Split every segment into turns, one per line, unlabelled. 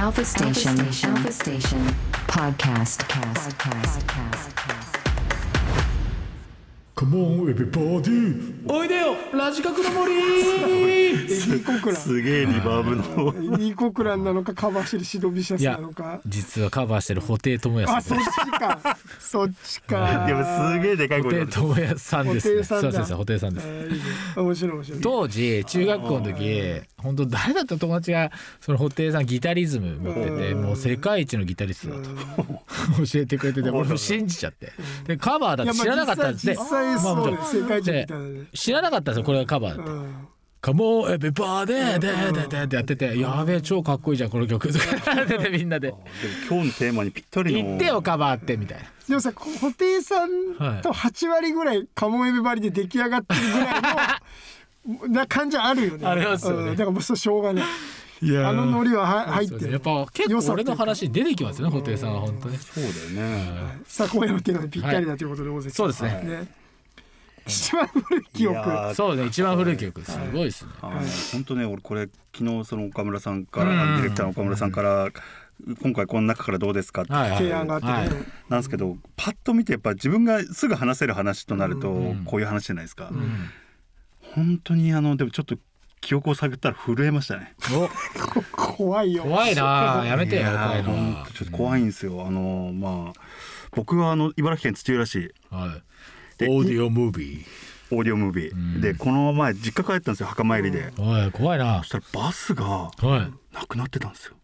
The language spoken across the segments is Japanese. Alpha Station. Alpha Station. Podcast. Podcast.
カモンエビバディ
おいでよラジカクの森
えニコクラ
すげえリバーブの。
ンニコクランなのかカバシリシドビシャスなのか
実はカバーしてる布袋寅
あ
泰さ
そっ
ん
ちかそっちか
でもすげえでかい
布
声
袋
だっ
寅泰
た。
さんですね
布
すい
袋
ませ
さんだ
ん布袋さんです
えーいいね面白い面白い
当時中学校の時本当誰だった友達がその布袋さんギタリズム持ってて
うん
もう世界一のギタリストだと教えてくれてて俺も信じちゃってでカバーだって知らなかったんで
いやまあ実際実際
まあもち
そ
ろ
うんです世界中みたいなね
知らなかったんですよこれがカバーだって
うん
カモンエビバーデーデーデーデーってやっててやべえ超かっこいいじゃんこの曲とか やっててみんなで
でも今日のテーマにぴったりの。
行ってよカバーってみたいな
でもさこ布袋さんと8割ぐらいカモエビバリで出来上がってるぐらいのな感じあるよね
ありますよね
うんだからもうそうしょうがない
いや
あのノリはは入っ
そう
て
ですね
る
やっぱ結
良
構
さっ
俺
ていうか
の話に出てきますよね布袋さんは本当に
そうだよね。
さあ今夜のテーマにぴったりだということで大関さん
そうですね
一番古い記憶
いやー
そうね一番古い曲すごいですね
あの本当ね俺これ昨日その岡村さんからあのディレクターの岡村さんから今回この中からどうですかって
はいはい
提案があってね
はい
なんですけどパッと見てやっぱ自分がすぐ話せる話となるとこういう話じゃないですか。本当にあのでもちょっと記憶を探ったら震えましたね。
こ怖いよ
怖いなあやめてよ
いや
怖い
ー
な
ほんとちょっと怖いんですよ。あのまあ僕はあの茨城県土浦市
あはい
で
オーディオムービ
オーディオムービー、でこの前実家帰ったんですよ墓参りで、
ーおい怖いな
そしたらバスが
はい
なくなってたんですよ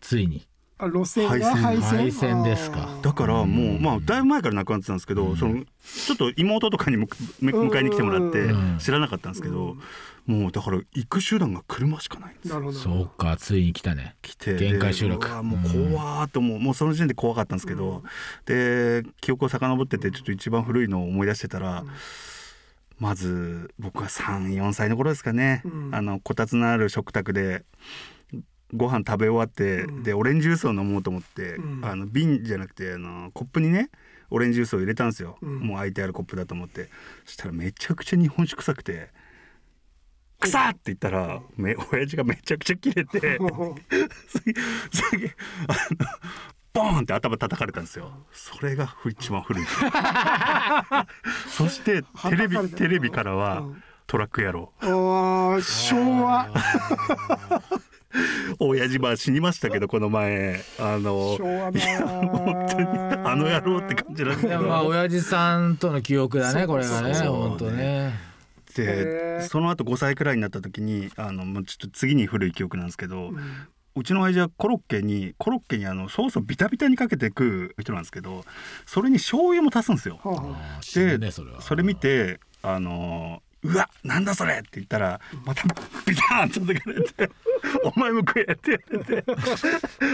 ついに
あ路線が
配
配線
配線ですか
だからもうまあだいぶ前からなくなってたんですけど、そのちょっと妹とかにむめ迎えに来てもらって
うん
知らなかったんですけど、もうだから行く手段が車しかないんです
な
よ
るほど
そうかついに来たね
来て
限界集落
でうわもう怖ーっともうもうその時点で怖かったんですけど、で記憶を遡っててちょっと一番古いのを思い出してたら、まず僕は34歳の頃ですかね、
うん
あのこたつのある食卓でご飯食べ終わって、
うん
でオレンジジュースを飲もうと思って、
うん
あの瓶じゃなくてあのコップにねオレンジジュースを入れたんですよ、
うん
もう空いてあるコップだと思ってそしたらめちゃくちゃ日本酒臭くて「臭っ!」って言ったらめ親父がめちゃくちゃキ レて。
ほう
すげえすげえあのボーンって頭叩かれたんですよそれが一 番古いそしてテレ
叩かれ
ビ
た
テレビからは
うん
トラック野郎
おー昭和
親父は死にましたけどこの前あの
昭和だ
本当にあの野郎って感じなんです
い
け
やまあ
ど
親父さんとの記憶だねこれがね
そう
本当ね
へ
で
ー
その後5歳くらいになった時にあのもうちょっと次に古い記憶なんですけど、うちの親父はコロッケにコロッケにあのソースをビタビタにかけて食う人なんですけどそれに醤油も足すんですよ。
ほうほう
あー死
で
ぬねそれは
見てあのーうわなんだそれって言ったらまたビターンと叩か れて「お前も食え」って言われて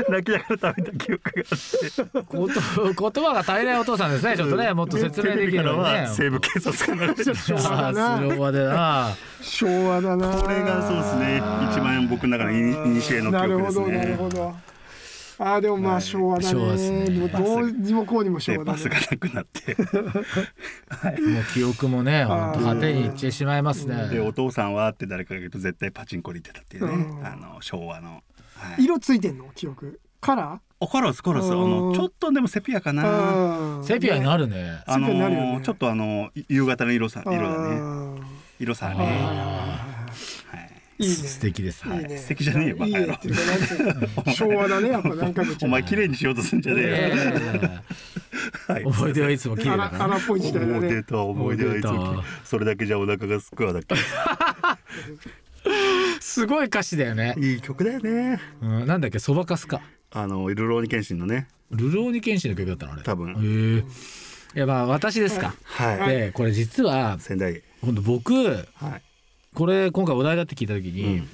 泣きながら食べた記憶があって
こと言葉が足りないお父さんですねちょっとねもっと説明できるのに
テレビから
ね
は西部警察が流れて
昭和
あ
だ
あ
な
スローバでな
昭和だな
これがそうですね一番僕の中のいにいにしえの記
なる
憶で
ほ
す
どなる
ね
ほどあーでもまあ昭和だね,、
昭和ですね
もうどうにもこうにも昭
で
和だ
バス
ね
がなくなって
もう記憶もね本当果てにいってしまいます
で
ね
お父さんはって誰かが言うと絶対パチンコに行ってたっていうね、
うん
あの昭和の。はい、
色ついてんの記憶カラ
あカラーですカラーですあ
う
の
ん
ちょっとでもセピアか
ー
な
うん
セピアになるね
あの
セピアになるよね
ちょっとあのい夕方の色さ色だね
ね
色さ
はいはい
ね。
はいはいいいね
素敵です
いい
ね
ね
素敵じゃねえよバカ野郎
いいねっていうかなんていうの昭和だねやっぱ何ヶ月
お前綺麗にしようとするんじゃね
いやいやいやいや
えよ。はい。
思い出はいつも綺麗だ
荒
か
荒っぽい時代だ
思い出
ね
とは思い出はいつ
思い出
も
と。
それだけじゃお腹がすくわだっけ。
らすごい歌詞だよね
いい曲だよね。
うんなんだっけそばかすか
あのルローニケンシンのね。
ルローニケンシンの曲だったのあれ
多分
へえいやまあ私ですか
はい。
でこれ実は
仙台。
本当僕
はい。
これ今回お題だって聞いた時に、
うん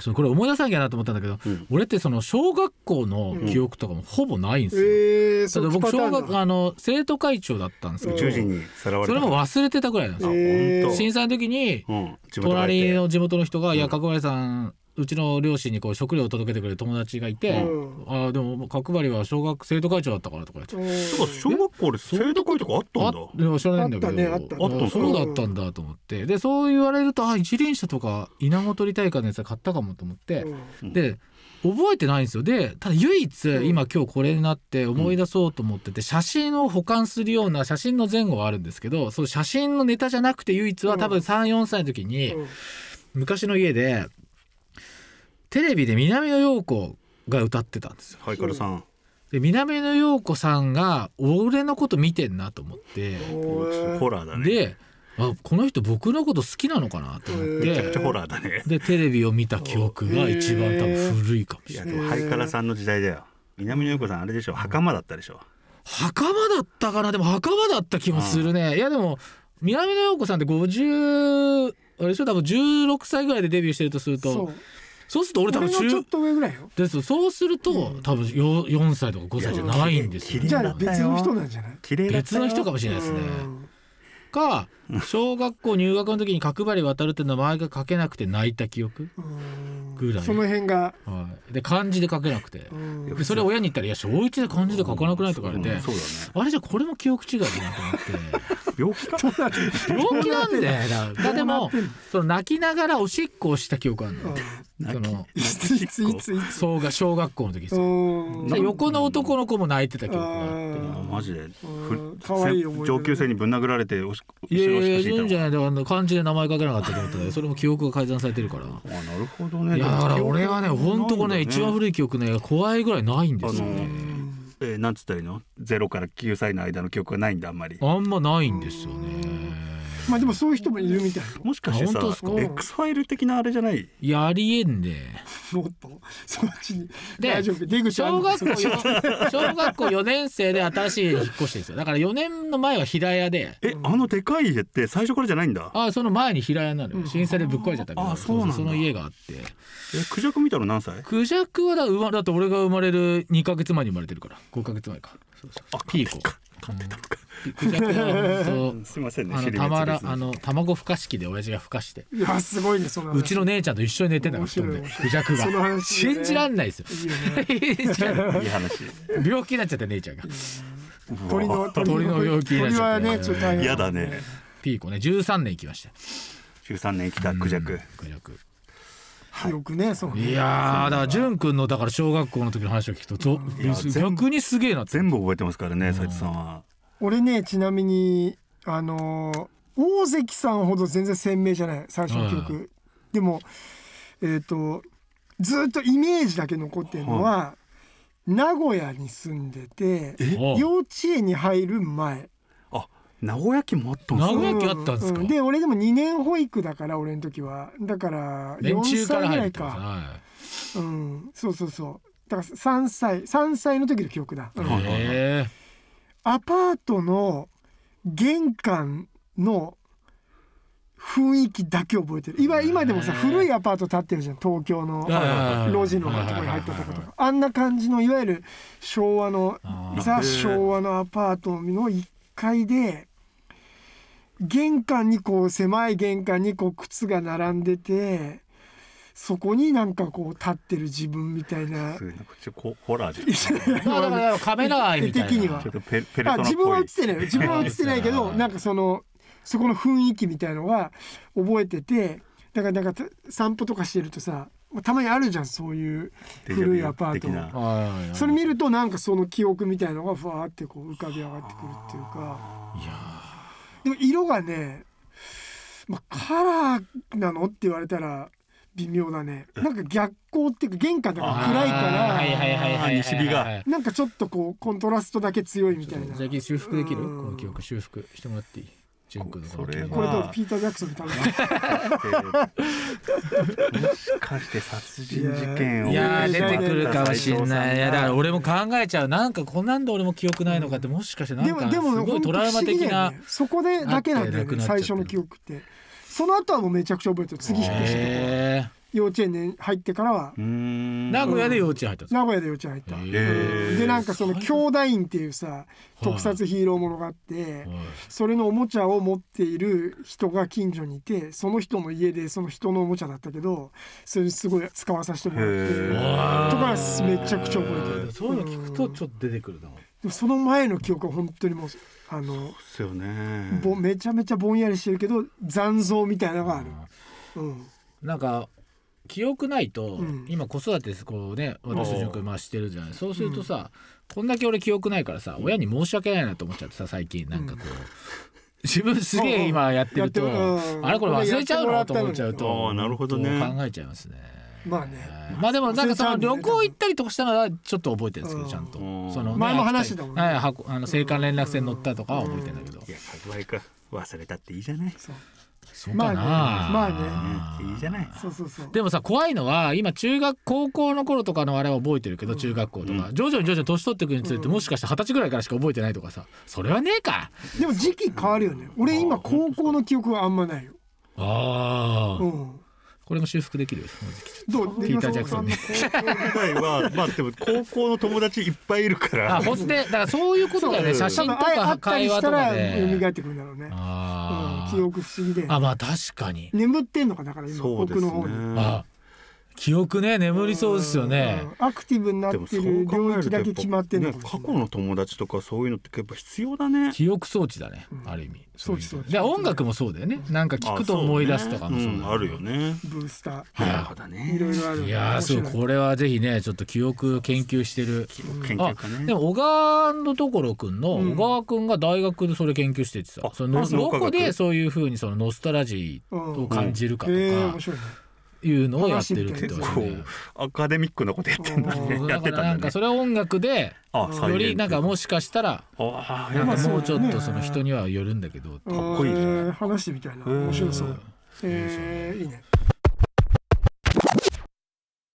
そうこれ思い出さなきゃなと思ったんだけど、
うん
俺ってその小学校の記憶とかもほぼないんですよ。
えー、
だ
そ
って
う
僕小学
あ
あの生徒会長だったんですけ
宇
ど、
宙人にさらわれ
それ
た。
も忘れてたぐらいなんですよ。
えー
本当
震災の時に
うん。地元帰って
隣。の地元の人が「いや角張さんうちの両親にこう食料を届けてくれる友達がいて
う
「
ん
ああでも角張りは小学生徒会長だったから」とか言って。
そうか小学校で生徒会とかあったんだ
あでも知らないんだけど
あったねあったね
あったんすか
そうだったんだと思ってでそう言われるとあ一輪車とか稲子取り大会のやつは買ったかもと思って、で覚えてないんですよでただ唯一、
うん
今今日これになって思い出そうと思ってて写真を保管するような写真の前後はあるんですけどそう写真のネタじゃなくて唯一は多分
うん
34歳の時に昔の家でテレビで南野陽子が歌ってたんですよ。
ハイカルさん
で南野陽子さんが俺のこと見てんなと思って。
ホラーだね
であこの人僕のこと好きなのかなと思っ
へ
めちゃく
て
ちゃホラーだね
でテレビを見た記憶が一番多分古いかもし
い
れな
や
い
でもハイカラさんの時代だよ南野陽子さんあれでしょ袴だったでしょ
袴だったかなでも袴だった気もするねいやでも南野陽子さんって50あれでしょ多分16歳ぐらいでデビューしてるとするとそうすると俺多
俺
分
のちょ
中
っと上ぐらいよ
ですそうすると、多分よ4歳とか5歳じゃないんですよ、
い
じ
や
ゃ
いや
あ別の人なんじゃない
綺麗だった
別
よ
の人かもしれないですね、か小学校入学の時に角張り渡るって名前が書けなくて泣いた記憶
うん
ぐらい
その辺が
はい、で漢字で書けなくて、
ん
でそれを親に言ったら「いや小1で漢字で書かなくない?」とか言われて、
うんそうだね
あれじゃこれも記憶違いだなと思って。
病気か
病気なんだよだからでもその泣きながらおしっこをした記憶ある
うん
のよその
いついついついつ
そうが小学校の時です
う
よ
ん
で横の男の子も泣いてた記憶があって
あ
あマジでふ
可愛い思い出
上級生にぶん殴られておし
いや
後ろお
い
し
や
っ
い
こして
やいいん
い
じ
た
ゃな
の
いであの漢字で名前書けなかったと思ったらそれも記憶が改ざんされてるから
あなるほどね
いやだから俺はね本当これね一番
い
古い記憶ね怖いぐらいないんで
あの
すよね
えーなんつったらいいのゼロから9歳の間の記憶がないんだあんまり
あんまないんですよね
まあでもそういう人もいるみたい
もしかしてさ
あ本当ですか
X ファイル的なあれじゃない
やりえんね
なもっとそっちに
で
大丈夫出口あ
小
るの
学校よ小学校4年生で新しい家に引っ越してるんですよだから4年の前は平屋で
えあのでかい家って最初からじゃないんだ
あその前に平屋なのよ震災でぶっ壊れちゃったけど
あそうなんだ
その家があって
えクジャク見たの何歳
クジャクはだ生まだって俺が生まれる2ヶ月前に生まれてるから5ヶ月前かそうそうピーコ
買ってたのか
クジャクはほんと
すいませんね
あの
知り
た
合い
ま
や
ら
つです
あの卵孵化式で親父が孵化して
いやすごいねその話
うちの姉ちゃんと一緒に寝てんだから布団で
面白い
クジャク
その
が
話いいね
信じらんないですよ
いいよね
信じらんない
いい話
病気になっちゃった姉ちゃんが
鳥の
鳥の病気になっ
鳥
ちゃ
は
って
ねちょっと大変
嫌だね
ピーコね13年行きました
13年生きたクジャク
クジャク
よくねその
いやーだから淳君のだから小学校の時の話を聞くとぞ
全部
逆にすげえなって
全部覚えてますからね斉藤さんは
俺ねちなみにあのー大関さんほど全然鮮明じゃない最初の記憶、
う
でもえっ、とずーっとイメージだけ残ってるのは、名古屋に住んでて
おう
幼稚園に入る前
あ名古屋家もあったんで
名
す
古
か
屋家あったんですか
うで俺でも2年保育だから俺の時はだから
連
4
中から
歳ぐ
入
ら
る
い
ってこと
か
は
うんそうそうそうだから3歳3歳の時の記憶だ、うん
いへ
アパートの玄関の雰囲気だけ覚えてる今今でもさ
へー
古いアパート建ってるじゃん東京の
はいはいはい
路地のとこに入
はいは
ったとこ
い
と
はい
かあんな感じのいわゆる昭和の
あ
ーへ
ザ
ー
昭和のアパートの1階で玄関にこう狭い玄関にこう靴が並んでてそこになんかこう立ってる自分みたいな
すごいなこっちこホラーじゃん
えまあだからカメラ愛みた
絵的
い
に
な
は
ちょっとペペル
あ
ソナっ
自分
ぽ
は映
い
ってないよ自分は映ってないけ どなんかそのそこの雰囲気みたいのは覚えててだからなんか散歩とかしてるとさたまにあるじゃんそういう
デジャブ
古いアパー
的な
ト
はいはいはい
それ見るとなんかその記憶みたいのがふわーってこう浮かび上がってくるっていうかでも色がね、まあ、カラーなのって言われたら微妙だねなんか逆光っていうか玄関だから暗いか
あーはいはい
ら
はいはいはいはいはい
西日が
なんかちょっとこうコントラストだけ強いみたいな。
最近修復できるこ
うん
の記憶修復してもらっていい淳君のこの記
それ
こ
憶
れど
ま
う
あ
ピーター・ジャクソンに食べた
えーもしかして殺人事件を
いやー出てくるかもしんないいやだから
俺
俺も考えちゃうなんかこんなんで俺も記憶ないのかってもしかしてなん
でも
か
ですも
ごい
本当
ト
不
ラウ
思
マ
議
的
だよ
な
ねそこでだけなんだよ
あってなく
ね
なっちゃってる
最初の記憶ってその後はもうめちゃくちゃ覚えてる次引っ越して
へ
幼稚園に入ってからは
うーん
名古屋で幼稚園入ったんですか
名古屋で幼稚園入った。
へ
ー
でなんかその兄弟院っていうさ特撮ヒーローものがあってそれのおもちゃを持っている人が近所にいてその人の家でその人のおもちゃだったけどそれすごい使わさせてもらっ
へ
て
ー
とかめちゃくちゃ覚えてる
そういうの聞くとちょっと出てくるな
でもその前の記憶は本当にもうあの
ですよね
ぼめちゃめちゃぼんやりしてるけど残像みたいなのがある。うん
なんか記憶ないと、
うん
今子育てですこうね私たちの車してるじゃないそうするとさ、こんだけ俺記憶ないからさ親に申し訳ないなと思っちゃってさ最近なんかこう、自分すげえ今やってると、
やってるうん
あれこれ忘れちゃう
や
の
っ
と
てもらったの
思
に
っちゃうと
あーなるほどね
考えちゃいますね。
まあね
まあでもなんかその
忘
旅
れちゃうんだよね
行行ったりとかしたらちょっと覚えてるんですけどちゃんと
うん
そのね
前も話してたもんね
はい箱あの青函連絡船乗ったとかは覚えてるんだけど
いやかわいく忘れたっていいじゃない
そう
そうかな
まあねま
いいじゃない
そうそうそう
でもさ怖いのは今中学高校の頃とかのあれは覚えてるけど中学校とか、徐々に徐々に年取っていくにつれてもしかして二十歳ぐらいからしか覚えてないとかさそれはねえか
でも時期変わるよね俺今高校の記憶はあんまないよ。
ああ、
うん
これも修復できるよもうじき
どう
ピータージャクソンね
今回はまあでも高校の友達いっぱいいるか
あ
ら
ほしてだからそういうことだよね写
多
真と
分ああ
か
ったり
会
し
話
た
と
ら
か
蘇
で
ってくるんだろうね。うん
あ、
記憶不思議で
あ。あまあ確かに、
眠ってんのかだから今
そう
奥
です
の方に。
ね
あ記憶ね眠りそうですよね
うんアクティブになっ
でも
て
そう
る
考
領
える
域
と
だ
やっぱ
け決まってんの
ね
かもし
過
れ
去
ない。
の友達とかそういうのってやっぱ必要だね
記憶装置だね、ある意味そういう意味で
そうそうそう
で音楽もそうだよねなんか聞くと思い出すとかもそうだ
あそうねうんあるよね
ブースタ
なるほど
ーい
ね
ろいろある。
いやー
面
そ
白
うこれはぜひねちょっと記憶を研究してる
研
あ
究家ね
でも小川のところくんの小川くんが大学でそれ研究しててさ、
あ
その
あそう
ど
科
こ
学
でそういうふうにそのノスタルジーを感じるかと
へえ面
か
白いね。
いうのをやってるって
結
こ
話
と
構
ね
アカデミックなことやってんだ
構
ねや
だ
っ
か
て
らな
た
ん
んだ
か
ね
それを音楽で
あ再現
よりなんかもしかしたら
ああ
なん
や
か
っぱ
もうちょっ
ま
と
あ
そ
そう
の
ね
人にはよるんだけどって
かっこいいじゃん
うん話してみたいな。面白そう。えーいいね。